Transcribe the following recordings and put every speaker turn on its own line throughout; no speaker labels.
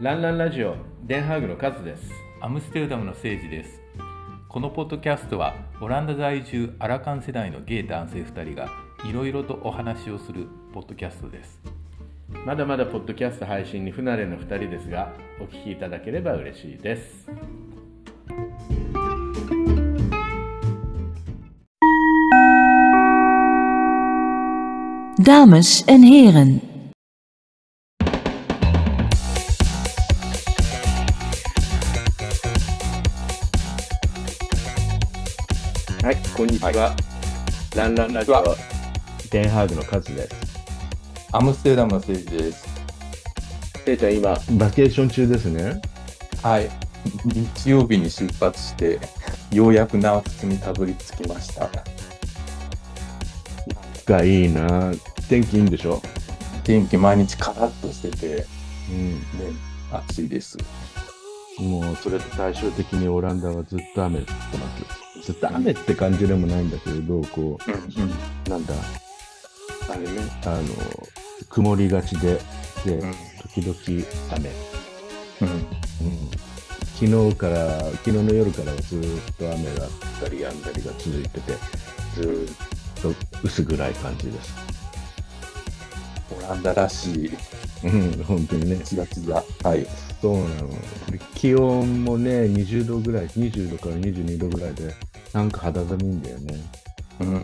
ランランラジオデンハーグのカズです
アムステルダムの聖司ですこのポッドキャストはオランダ在住アラカン世代のゲイ男性2人がいろいろとお話をするポッドキャストです
まだまだポッドキャスト配信に不慣れの2人ですがお聞きいただければ嬉しいです
ダムス en heren.
はいこんにちは、ランランラジオ
こんに
デンハーグのカズです
アムステルダムの聖司です
せいちゃん今バケーション中ですね
はい日曜日に出発してようやく南仏にたどり着きました
がいいな天気いいんでしょ
天気毎日カラッとしてて、ね、
う
暑いです
んもうそれと対照的にオランダはずっと雨降ってますずっと雨って感じでもないんだけれどこ
うんうん
うなんだ
あれね
あの曇りがちでで、
ん
時々雨
うん
昨日から昨日の夜からはずっと雨が降ったりやんだりが続いててずーっと薄暗い感じです
オランダらしい
うん本当にね
気がつがはい
そうなので気温もね20度ぐらい20度から22度ぐらいでなんか肌寒いんだよね
う
う
ん
ん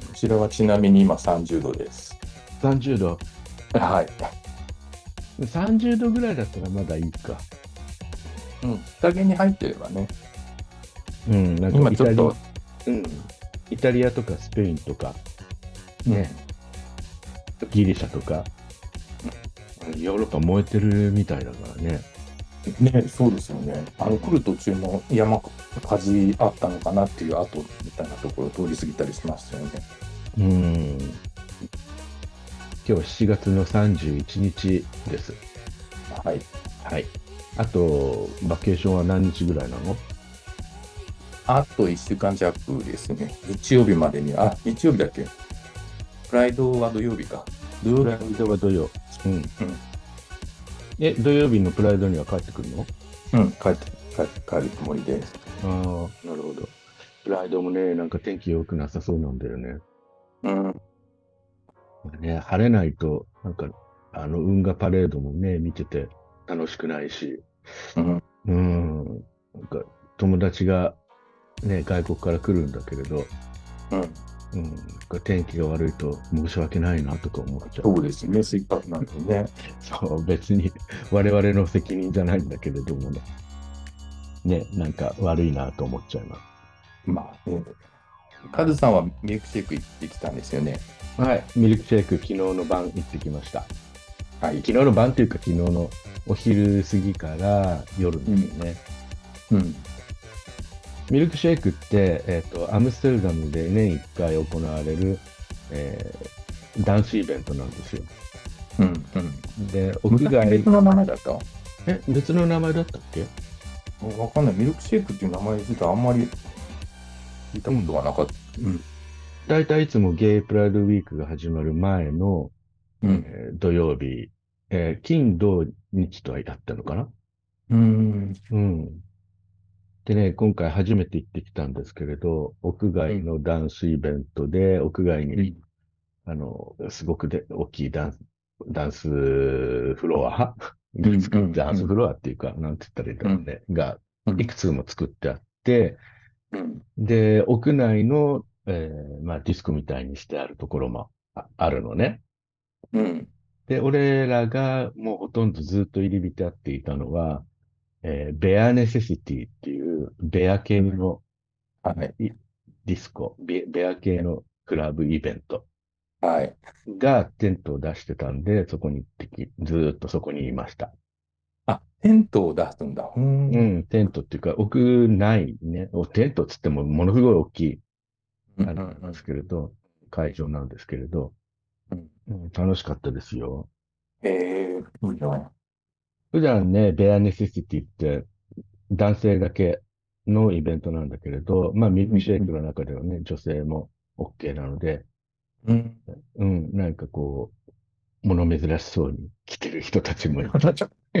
こちらはちなみに今30度です。
30度
はい。
30度ぐらいだったらまだいいか
うん。 日陰に入ってればね。
うんなんか
今
イ
ち
タ
ょっ
リ
と、
うんイタリアとかスペインとかね、ギリシャとか、ヨーロッパ燃えてるみたいだからね。
ね、そうですよね。あの、来る途中も山火事あったのかなっていう跡みたいなところを通り過ぎたりしましたよね。
うん。今日7月の31日です。
はい。
はい。あと、バケーションは何日ぐらいなの
あと1週間弱ですね。日曜日までに、あ、日曜日だっけプライドは土曜日か。土曜日は
ドは土曜。うん。え、土曜日のプライドには帰ってくるの
うん、帰って、帰って帰るつもりで。
ああ、なるほど。プライドもね、なんか天気良くなさそうなんだよね。
うん。
ね、晴れないと、なんか、あの、運河パレードもね、見てて楽しくないし。
うん。
うん。なんか友達が、ね、外国から来るんだけれど、
うん。
うん、なんか天気が悪いと申し訳ないなとか思っちゃ。
そううですね。せっかくなんでね。
そう別に 我々の責任じゃないんだけれどもね。ね、なんか悪いなと思っちゃいま
まあね。カズさんはミルクシェイク行ってきたんですよね。
す。はい、ミルクシェイク昨日の晩行ってきました。
はい。
昨日の晩というか昨日のお昼過ぎから夜ですね。
うん。
ミルクシェイクって、えっとアムステルダムで年1回行われる、えーダンスイベントなんですよ。
うん。うん。
で、屋外
別、の名前だった
え、別の名前だったっけ
わかんない。ミルクシェイクっていう名前自体あんまり聞いたことがなかった。うん。
大体いつもゲイプライドウィークが始まる前の、
うん。
えー土曜日、えー金、土、日とはやったのかな
うん。
うん。でね、今回初めて行ってきたんですけれど、屋外のダンスイベントで、屋外に、
うん
あの、すごくで大きいダンス、ダンスフロア、
んうん
ダンスフロアっていうか、なんて言ったらいいんだろうね、が
う、ん
いくつも作ってあって、
うん。
で、屋内の、えーまあ、ディスコみたいにしてあるところもああるのね。
うん。
で、俺らがもうほとんどずっと入り浸っていたのは、えーベアネセシティっていうベア系の
はい。
ディスコ、ベベア系のクラブイベント
はい。
がテントを出してたんで、そこに行ってき、ずーっとそこにいました。
あ、テントを出すんだ。う。
うんん、テントっていうか、屋内ね、おテントっつってもものすごい大きいあれなんですけれど、会場なんですけれど、
うん
うん楽しかったですよ。
ええー、いいな。
普段ね、ベアネセシティって男性だけのイベントなんだけれど、まあミルクシェイクの中ではね、女性も OK なので、
うん。
うん、なんかこう、物珍しそうに着てる人たちもい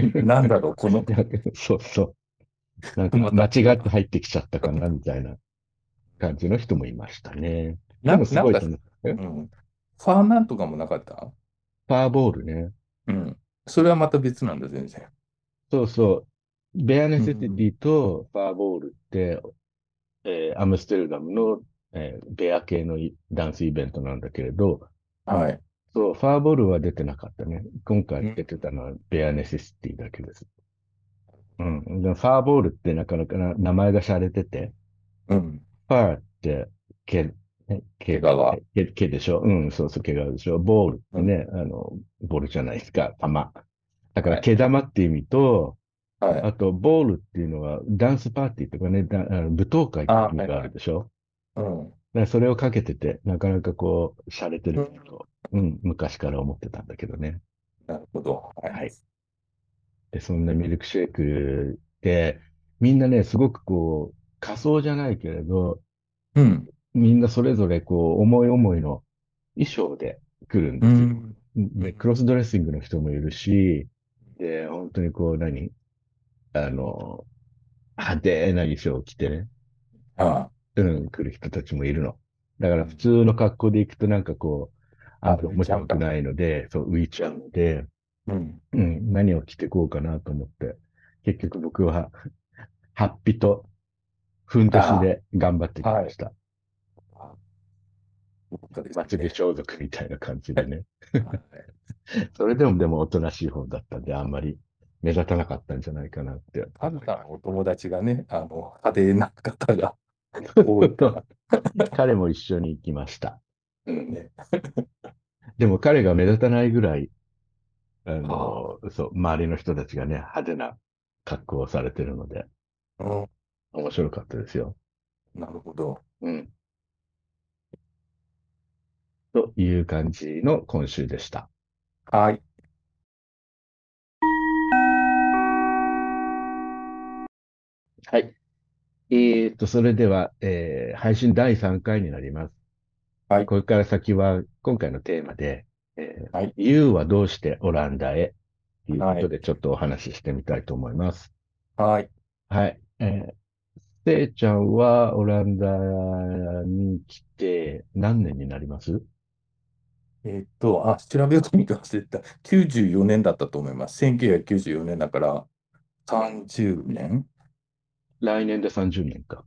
る。
なんだろう、この、
そうそう。なんか間違って入ってきちゃったかな、みたいな感じの人もいましたね。
な
でもすごい
なん
と
か
思う。
うん、ファーなんとかもなかった
ファーボールね。
うん。それはまた別なんだ、全然。
そうそう。ベアネセティティとファーボールって、えーアムステルダムの、えーベア系のいダンスイベントなんだけれど、
はい。
そう、ファーボールは出てなかったね。今回出てたのはベアネセシティだけです。うん。でもファーボールってなかなかな名前が洒落てて、
うん。
ファーって毛、ね毛
毛皮
毛毛でしょうん、そうそう、毛皮でしょボールってね、あの、ボールじゃないですか、玉。だから
はい
毛玉って意味と、
はい。
あと、ボールっていうのは、ダンスパーティーとかね、だあの舞踏会っていう意味があるでしょ
うん。
だからそれをかけてて、なかなかこう、洒落てると、うん、昔から思ってたんだけどね。
なるほど。
はい。で、そんなミルクシェイクで、みんなね、すごくこう、仮装じゃないけれど、
うん。
みんなそれぞれこう、思い思いの衣装で来るん
う
ですよ。
ん。
で、クロスドレッシングの人もいるし、で、本当にこう、何あの、派手な衣装を着てね、
あ
うん、来る人たちもいるの。だから普通の格好で行くとなんかこう、あんまり面白くないので、そう、浮いちゃうので、
うん。
うん、何を着てこうかなと思って、結局僕は、ハッピと、ふんどしで頑張ってきました。
僕がですね
祭り装束みたいな感じでね。
はい
それでもでもおとなしい方だったんで、あんまり目立たなかったんじゃないかなって。
あなたのお友達がね、あの、派手な方が 多いから。
彼も一緒に行きました。
うんね。
でも彼が目立たないぐらい、あ
は
の、そう、周りの人たちがね、派手な格好をされてるので、
うん。
面白かったですよ。
なるほど。
うん。という感じの今週でした。
はい。
はい。えー、と、それでは、えー配信第3回になります。
はい
これから先は、今回のテーマで、えー
はい
U はどうしてオランダへということで、ちょっとお話ししてみたいと思います。
はい。
はい。えー、せいちゃんはオランダに来て何年になります
えーっと、あ、調べようと見て忘れてた。94年だったと思います。1994年だから、30年
来年で30年か。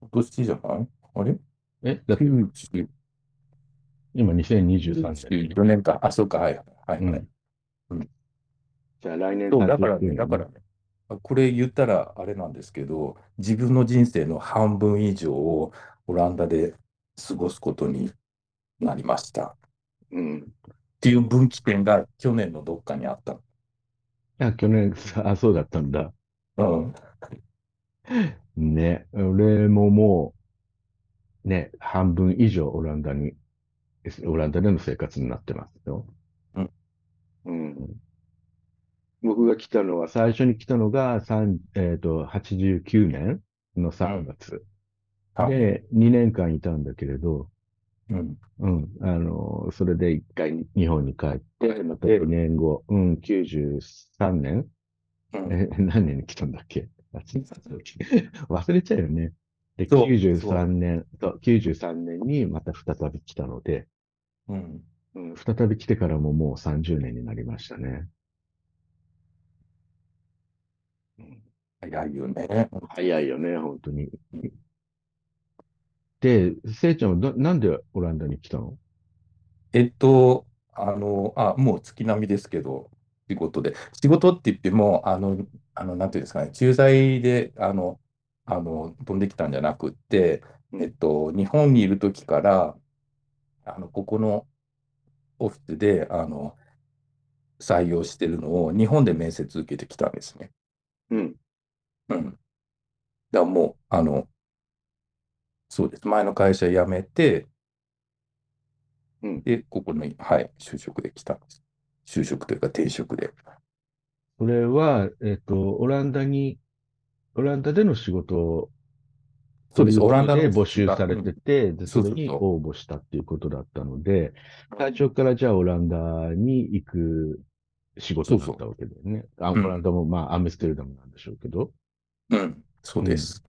今年じゃないあれ
え、だって
?94
今2023年。
年か。あ、そうか。はい。はい。
うん
はい
じゃあ来年
そう、だから
39
ね、
年
だからね、あこれ言ったらあれなんですけど、自分の人生の半分以上をオランダで過ごすことになりました。っ
うん。
ていう分岐点が去年のどっかにあった。
あ、去年、あ、そうだったんだ。
うん。
ね、俺ももう、ね、半分以上オランダに、オランダでの生活になってますよ。
うん
うん。僕が来たのは、最初に来たのが、三えっと、89年の3月。
はい
で、2年間いたんだけれど、
うん。
うん、あの、それで一回日本に帰って、また
ええ
2年後、うん、93年
うん。
え、何年に来たんだっけあ診察の時 忘れちゃうよね。で、
そう
93年、そう、93年にまた再び来たので、
うん。
うん、再び来てからももう30年になりましたね。
早いよね。
早いよね、本当に。で、せいちゃんはななんでオランダに来たの
えっと、あの、あ、もう月並みですけど、仕事で。仕事って言っても、あの、あの、なんていうんですかね、駐在で、あの、あの、飛んできたんじゃなくって、えっと、日本にいる時から、あの、ここのオフィスで、あの、採用してるのを、日本で面接受けてきたんですね。
うん。
うん。だからもう、あの、そうです。前の会社辞めて、
うん
で、ここに、はい、就職できたんです。就職というか転職で。
それは、えっと、オランダに、オランダでの仕事
そうです、オランダの
で募集されてて、で
そ
そう
そうそう
れに応募したっていうことだったので、最初からじゃあオランダに行く仕事だったわけだよね。あオ
うん
ランダも、まあ、アムステルダムなんでしょうけど。
うん、そうです。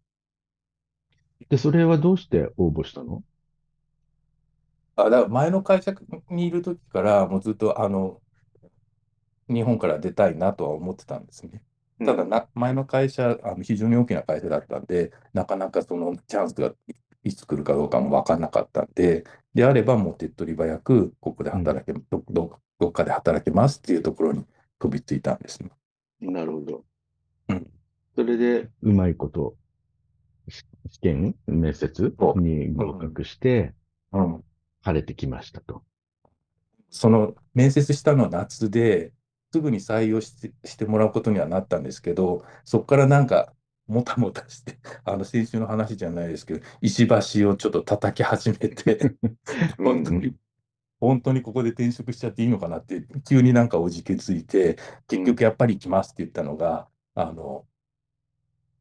で、それはどうして応募したの
あ、だから前の会社にいる時から、もうずっとあの日本から出たいなとは思ってたんですね。ただな、前の会社、あの非常に大きな会社だったんで、なかなかそのチャンスがいいつ来るかどうかも分からなかったんで、であればもう手っ取り早く、ここで働け、ど、ど、どっかで働けますっていうところに飛びついたんですね。
なるほど。
うん
それで、うまいこと、し試験、面接
そう
に合格して、
うん。
晴れてきましたと。
その面接したのは夏で、すぐに採用して、してもらうことにはなったんですけど、そこからなんか、もたもたして、あの先週の話じゃないですけど、石橋をちょっと叩き始めて、本当に、本当にここで転職しちゃっていいのかなって、急になんかおじけついて、結局やっぱり来ますって言ったのが、あの、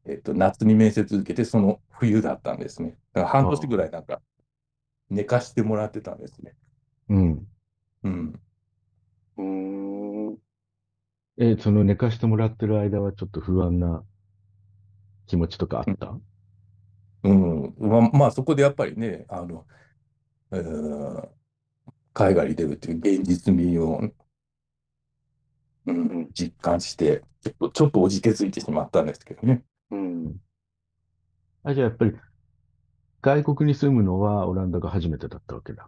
えっと、夏に面接受けて、その冬だったんですね。だから半年ぐらいなんか、寝かしてもらってたんですね。
うん。
うん。
うん。え、その寝かしてもらってる間はちょっと不安な気持ちとかあった
うん、まあ、まあそこでやっぱりね、あの、えー海外に出るっていう現実味を、うん、実感して、ちょっと、ちょっとおじけづいてしまったんですけどね。
うん。あ、じゃあやっぱり、外国に住むのはオランダが初めてだったわけだ。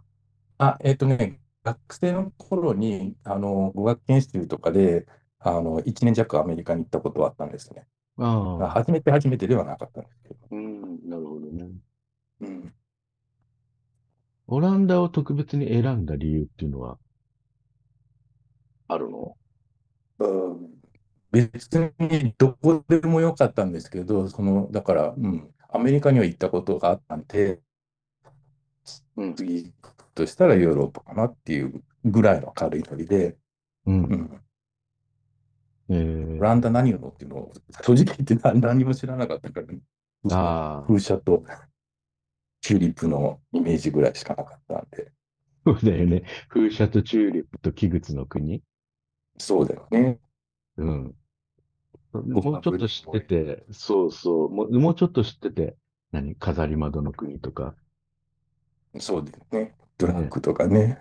あ、えっとね、学生の頃に、あの、語学研修とかで、あの、1年弱アメリカに行ったことはあったんですね。
ああ。
初めて初めてではなかったんですけど。
うん、なるほどね。
うん。
オランダを特別に選んだ理由っていうのはあるの
うん別にどこでもよかったんですけど、その、だから、うん、アメリカには行ったことがあったんで、
うん。
次行くとしたらヨーロッパかなっていうぐらいの軽いノリで、
う。
うんん、
え
オ
ー、
ランダ何をのっていうのを、正直言って何、何も知らなかったから、
ああ、
風車とチューリップのイメージぐらいしかなかったんで、
そうだよね。風車とチューリップとキグツの国。
そうだよね。
うん。
ご
もうちょっと知ってて、そうそう。もう、もうちょっと知ってて、何飾り窓の国とか。
そうだよね。ドラッグとかね。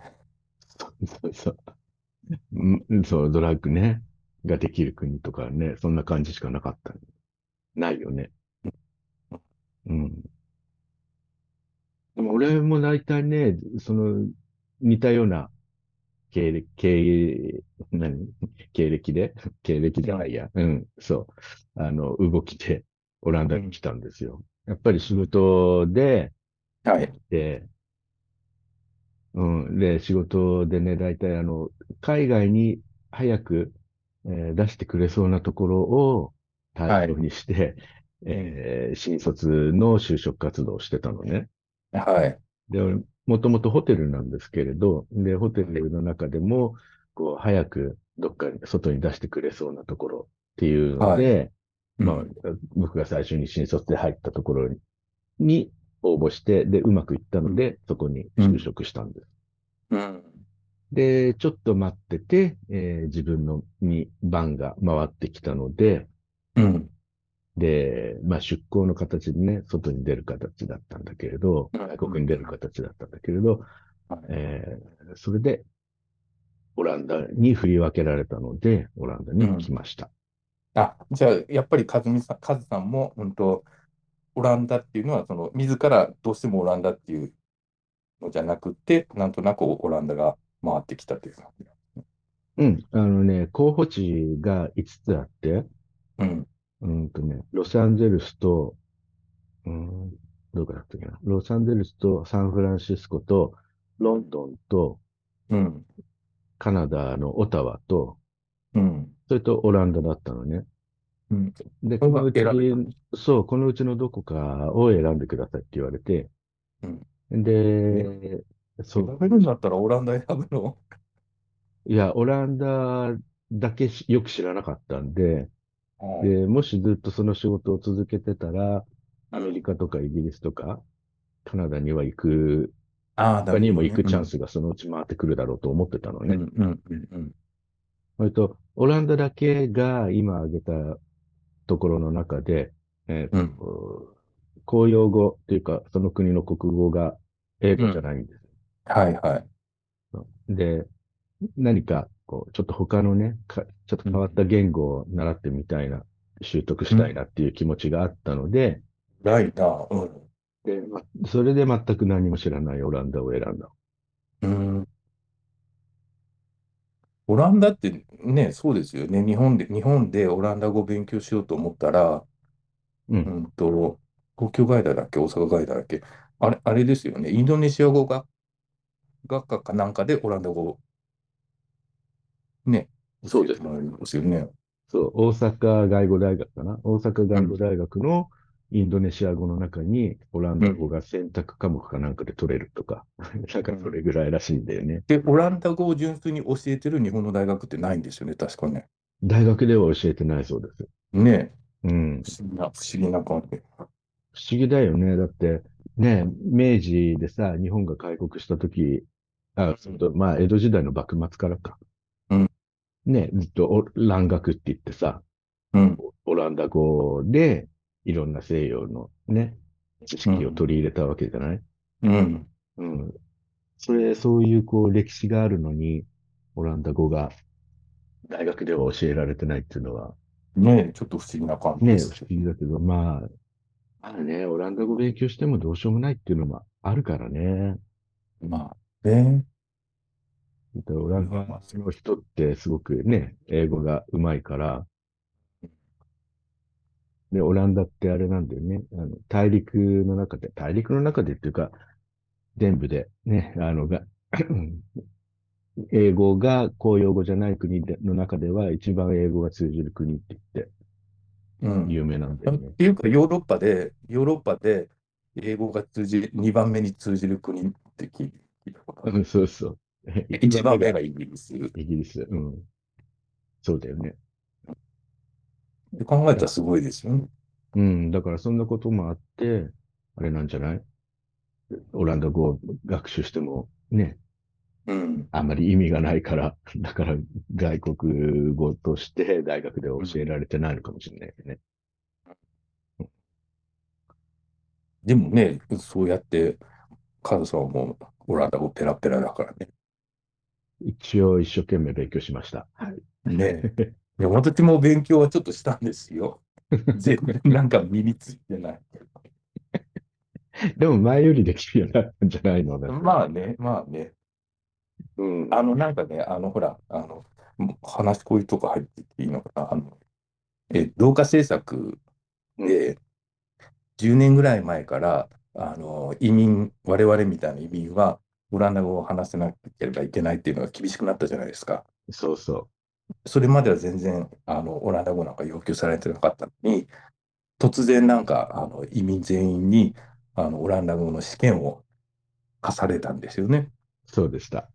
そうそうそう。うんそう、ドラッグね。ができる国とかね。そんな感じしかなかった。ないよね。うん。でも俺も大体ね、その、似たような経歴、経、何 経歴で 経歴じゃないや。うん、そう。あの、動きでオランダに来たんですよ。やっぱり仕事で、
はい。
で、うん、で、仕事でね、大体あの、海外に早く、えー出してくれそうなところを対象にして、えー新卒の就職活動をしてたのね。
はい。
で、俺もともとホテルなんですけれど、で、ホテルの中でも、こう、早くどっかに外に出してくれそうなところっていうので、まあ
うん、
僕が最初に新卒で入ったところに応募して、で、うまくいったので、そこに就職したんです。
うん。
で、ちょっと待ってて、えー自分のに番が回ってきたので、
うん。
で、まあ出向の形でね、外に出る形だったんだけれど、
うん
外国に出る形だったんだけれど、
はい
えーそれで、オランダに振り分けられたので、オランダに来ました。
あ、じゃあ、やっぱりカズミさん、カズさんも、うんと、オランダっていうのは、その、自らどうしてもオランダっていうのじゃなくて、なんとなくオランダが回ってきたという感じ。
うん。あのね、候補地が5つあって、
うん。
うんとね、ロサンゼルスと、うん、どこだったっけな。ロサンゼルスとサンフランシスコと、ロンドンと、
うん。
カナダのオタワと、
うん。
それとオランダだったのね。
うん。
で、
こ
こ
れは
のう
選べたの
ち、そう、このうちのどこかを選んでくださいって言われて、
うん
で、そう、
選べるんだったらオランダ選ぶの
いや、オランダだけしよく知らなかったんで、で、もしずっとその仕事を続けてたら、
アメリ
リカとかイギリスとか、カナダには行く、
ああ、だ
他にも行くチャン
ス。
スがそのうち回ってくるだろうと思ってたの
うん、
ね。
うん、うん、うん。
割と、オランダだけが今挙げたところの中で、えー
うん
と公用語っていうか、その国の国語が英語じゃないんです。
はい、はい。
で、何か、こう、ちょっと他のね、かちょっと変わった言語を習ってみたいな、習得したいなっていう気持ちがあったので、
ライター、うん。
で、ま、それで全く何も知らないオランダを選んだ。
うんオランダってね、そうですよね。日本で、日本でオランダ語を勉強しようと思ったら、
う。
うんんと、東京外大だっけ、大阪外大だっけ、あれ、あれですよね。インドネシア語が学科かなんかでオランダ語をね、
そうです
教えてもらえるんですよね。
そう、大阪外語大学かな。大阪外語大学のインドネシア語の中に、オランダ語が選択科目かなんかで取れるとか、なんかそれぐらいらしいんだよね。
で、オランダ語を純粋に教えてる日本の大学ってないんですよね、確かね。
大学では教えてないそうです。
ね、
うん。
不思議な、不思議な感じ。
不思議だよね。だって、ね、明治でさ、日本が開国した時、あ、そのまあ、江戸時代の幕末からか。
うん。
ね、ずっとお蘭学って言ってさ、
うん、
オランダ語でいろんな西洋のね、知識を取り入れたわけじゃない、
うん。
うん、それ、そういうこう歴史があるのに、オランダ語が大学では教えられてないっていうのは、
ね、ちょっと不思議な感じ
ね、
で
不
す。
思議だけど、まあ、まあね、オランダ語勉強してもどうしようもないっていうのもあるからね。
まあ、ね。
だからオランダ
まあ
の人ってすごくね、英語がうまいから、で、オランダってあれなんだよね。あの大陸の中で、大陸の中でっていうか、全部でね、あのが、 英語が公用語じゃない国での中では一番英語が通じる国って言って
うん
有名なんだよ
っ
ね。
ていうか、ヨーロッパで、ヨーロッパで英語が通じる、2番目に通じる国って聞いたことある
うんそうそう。
一番目がイギリス。
イギリス。うん。そうだよね。
で考えたらすごいですよね。
うん、だからそんなこともあって、あれなんじゃないオランダ語を学習してもね、
うん。
あんまり意味がないから、 だから外国語として大学で教えられてないのかもしれないよね。
でもね、そうやって、カズさんはもうオランダ語ペラペラだからね。
一応一生懸命勉強しました。
ねえ。いや私も勉強はちょっとしたんです よ。全然なんか身についてない。
でも前よりできるようになったんじゃないのね。
まあね、まあね。
うん。
あの、なんかね、あの、ほら、あの、話し声とか入ってていいのかな。あの、え、同化政策で、10年ぐらい前から、あの、移民、我々みたいな移民は、オランダ語を話せなければいけないっていうのが厳しくなったじゃないですか。
そうそ
それまでは全然、あの、オランダ語なんか要求されてなかったのに、突然なんか、あの、移民全員に、あの、オランダ語の試験を課されたんですよね。
う。そうでした。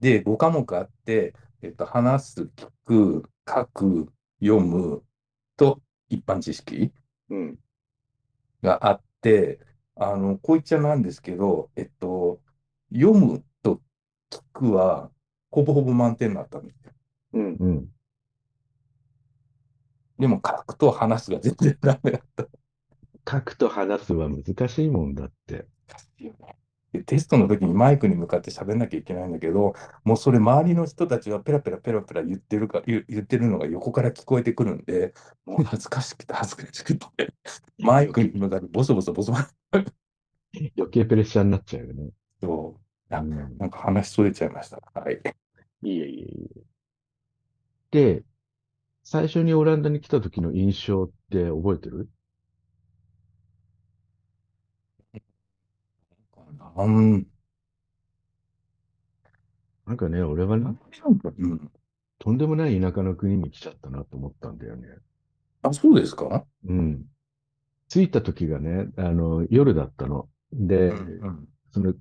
で、5科目あって、えっと、話す、聞く、書く、読むと一般知識
うん。
があって、あの、こう言っちゃなんですけど、えっと、読むと聞くは、ほぼほぼ満点だったんですよ。
うん。うん。
でも、書くと話すが全然ダメだったんで
書くと話すは難しいもんだって。
すよね。で、テストの時にマイクに向かって喋んなきゃいけないんだけど、もうそれ周りの人たちはペラペラペラペラ言ってるか、言言ってるのが横から聞こえてくるんで、もう恥ずかしくて恥ずかしくて、マイクに向かってボソボソボソボソ
余計プレッシャーになっちゃうよね。
と、
う
あ
ん
なんか話それちゃいました。はい。
いえいえいえ。で、最初にオランダに来た時の印象って覚えてる
うん。
なんかね、俺はな
うん。
とんでもない田舎の国に来ちゃったなと思ったんだよね。
あ、そうですか
うん。着いた時がね、あの、夜だったの。で、
うん
その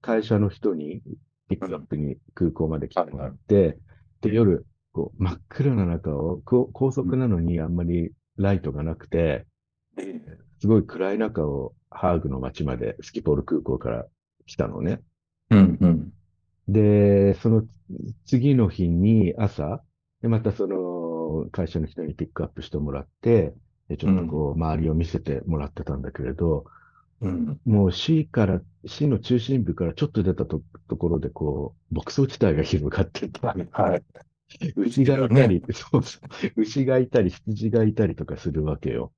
会社の人に、ピックアップに空港まで来てもらって、で、夜、こう、真っ暗な中を、こう高速なのにあんまりライトがなくて、すごい暗い中をハーグの街までスキポール空港から来たのね。
うんうん。
で、その次の日に朝、でまたその会社の人にピックアップしてもらって、でちょっとこう周りを見せてもらってたんだけれど、
うん。
もう市から、市の中心部からちょっと出たと、ところでこう、牧草地帯が広がってて、
はい。
牛がいたり、そうそう、牛がいたり、羊がいたりとかするわけよ。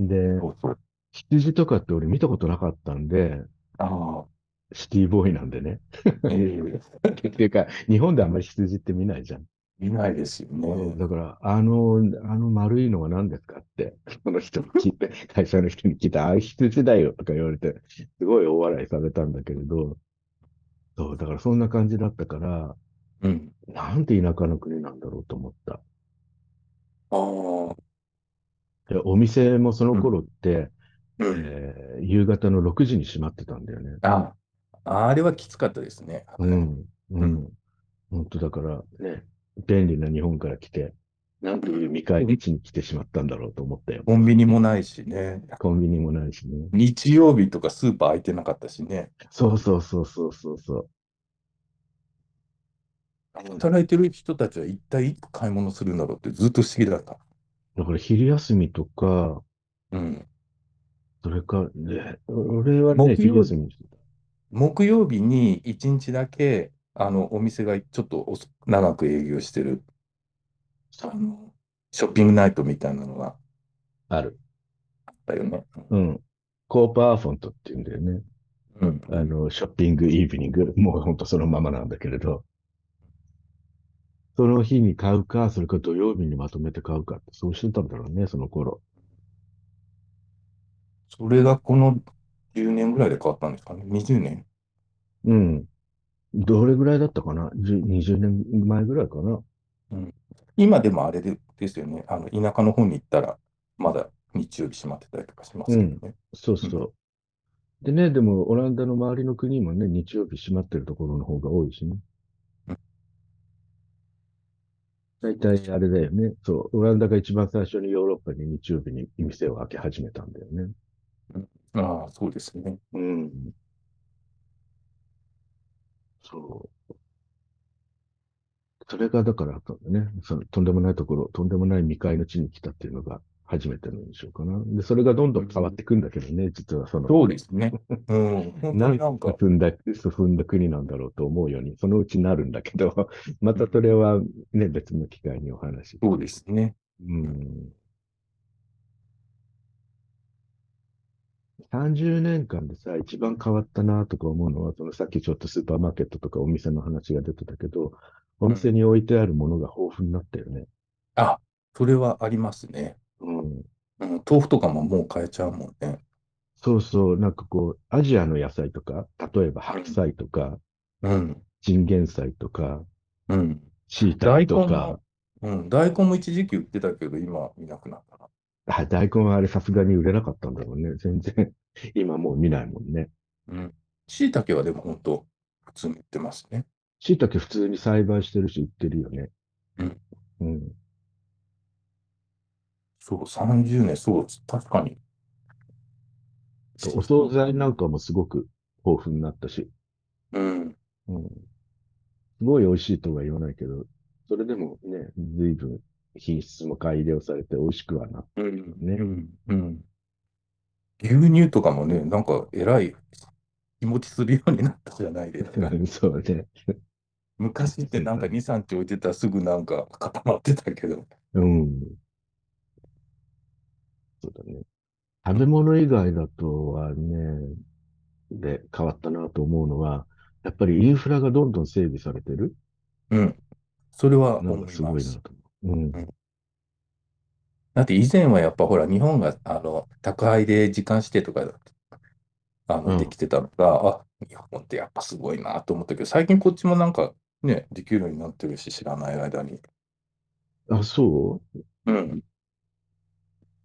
で、
そうそう。
羊とかって俺見たことなかったんで、
あ
シティボーイなんでね。
あ、え え
っていうか、日本であんまり羊って見ないじゃん。
見ないですよね。
だから、あの、あの丸いのは何ですかって、その人に聞いて、会社の人に聞いた、あ、羊だよとか言われて、すごい大笑いされたんだけれど、そう、だからそんな感じだったから、
うん。
なんて田舎の国なんだろうと思った。
ああ、
でお店もその頃って、
うん。
えー夕方の6時に閉まってたんだよね。
あ、あれはきつかったですね。
うん、う。
うん
本当だから、ね、便利な日本から来て、なんという未開の地に来てしまったんだろうと思ったよ。
コンビニもないしね。
コンビニもないしね。
日曜日とかスーパー開いてなかったしね。
そうそうそうそうそうそう。
働いてる人たちは一体いつ買い物するんだろうってずっと不思議だった。
だから昼休みとか、
うん。
それか、ね、俺はね、
木曜
昼休みにしてた。
木曜日に一日だけ、あの、お店がちょっと遅長く営業してる、あの、ショッピングナイトみたいなのが
ある。
あったよね。
うん。コーパーフォントっていうんだよね。
うん。
あの、ショッピングイーブニング。もうほんとそのままなんだけれど。その日に買うか、それか土曜日にまとめて買うかって、そうしてたんだろうね、その頃。
それがこの10年ぐらいで変わったんですかね。20年。
うん。どれぐらいだったかなじゅ ?20 年前ぐらいかな。
今でもあれでですよね。あの、田舎の方に行ったら、まだ日曜日閉まってたりとかしますけどね。
そうそう。でね、でも、オランダの周りの国もね、日曜日閉まってるところの方が多いしね
うん。
大体あれだよね。そう、オランダが一番最初にヨーロッパに日曜日に店を開け始めたんだよね。
ああ、そうですね。
うん。そう。それがだから、ね、そのとんでもないところ、とんでもない未開の地に来たっていうのが初めてなんでしょうかな。で、それがどんどん変わっていくんだけどね、実はその、
そうですね。うん。本当
なん
に なん
か
か、
進んだ、進んだ国なんだろうと思うように、そのうちなるんだけど、 またそれはね、別の機会にお話し。
そうですね。
うん。30年間でさ、一番変わったなとか思うのは、そのさっきちょっとスーパーマーケットとかお店の話が出てたけど、お店に置いてあるものが豊富になったよね。
あ、それはありますね。
うん。
うん、豆腐とかももう買えちゃうもんね。
そうそう、なんかこう、アジアの野菜とか、例えば白菜とか、
うん。
チンゲン菜とか、
うん。
椎茸と
大根
か
も、うん。大根も一時期売ってたけど、今見なくなったな。
あ、大根はあれさすがに売れなかったんだろうね。全然、今もう見ないもんね。
うん。椎茸はでも本当、普通に売ってますね。
椎茸普通に栽培してるし売ってるよね。
うん。
うん。
そう、30年、そう、確かに。
お惣菜なんかもすごく豊富になったし、
うん。
うん。すごい美味しいとは言わないけど、それでもね、随分品質も改良されて美味しくはな。
うん。
ね
うん。うん。牛乳とかもね、なんか、えらい日持ちするようになったじゃないですか。
そうね。
昔ってなんか2、3日置いてたらすぐなんか固まってたけど。
うん。そうだね。食べ物以外だとはね、で、変わったなと思うのは、やっぱりインフラがどんどん整備されてる
うん。それは
の
思
が
い
すご
ま
い
す
な。と思う。うん。
だって以前はやっぱほら日本があの宅配で時間指定とかあ
う
の
ん
できてたのが、あ、日本ってやっぱすごいなと思ったけど、最近こっちもなんかね、できるようになってるし、知らない間に。
あ、そう
うん。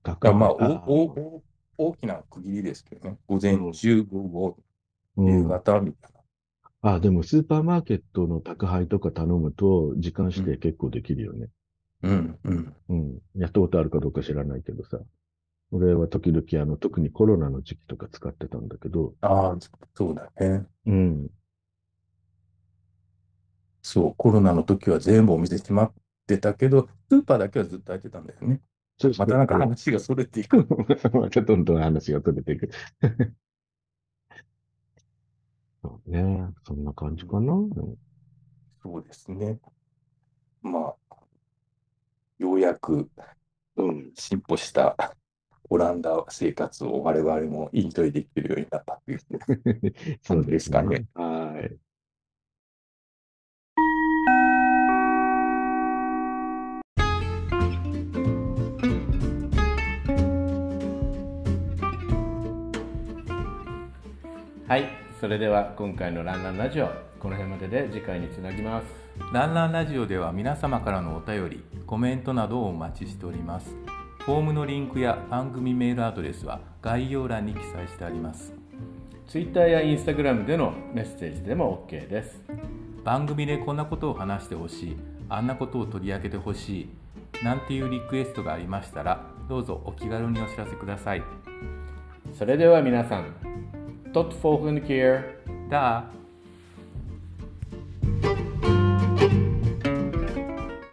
だか
高
らまあ、
いあ
お、お、お、大きな区切りですけどね。午前中、午後、
う
夕
ん
方みたいな。
あ、でもスーパーマーケットの宅配とか頼むと、時間指定結構できるよね。
うん、うん。
うん。やったことあるかどうか知らないけどさ。俺は時々、あの、特にコロナの時期とか使ってたんだけど、
ああ、そうだね。
うん。
そう、コロナの時は全部お店閉まってたけど、スーパーだけはずっと開いてたんだよね。
そうです
またなんか話がそれていく。
またどんどん話が取れていく。 そうね。そんな感じかな。
そうですね。まあ、ようやく、うん、進歩したオランダ生活を我々もイントイできるようになったっていう
そう
感じですかね。。
はい。
はいそれでは今回の「ランランラジオ」この辺までで次回につなぎます
ランランラジオでは皆様からのお便り、コメントなどをお待ちしております。フォームのリンクや番組メールアドレスは概要欄に記載してあります。
Twitter や Instagram でのメッセージでも OK です
番組でこんなことを話してほしい、あんなことを取り上げてほしい、なんていうリクエストがありましたら、どうぞお気軽にお知らせください。
それでは皆さん Tot volgende keer!
だー。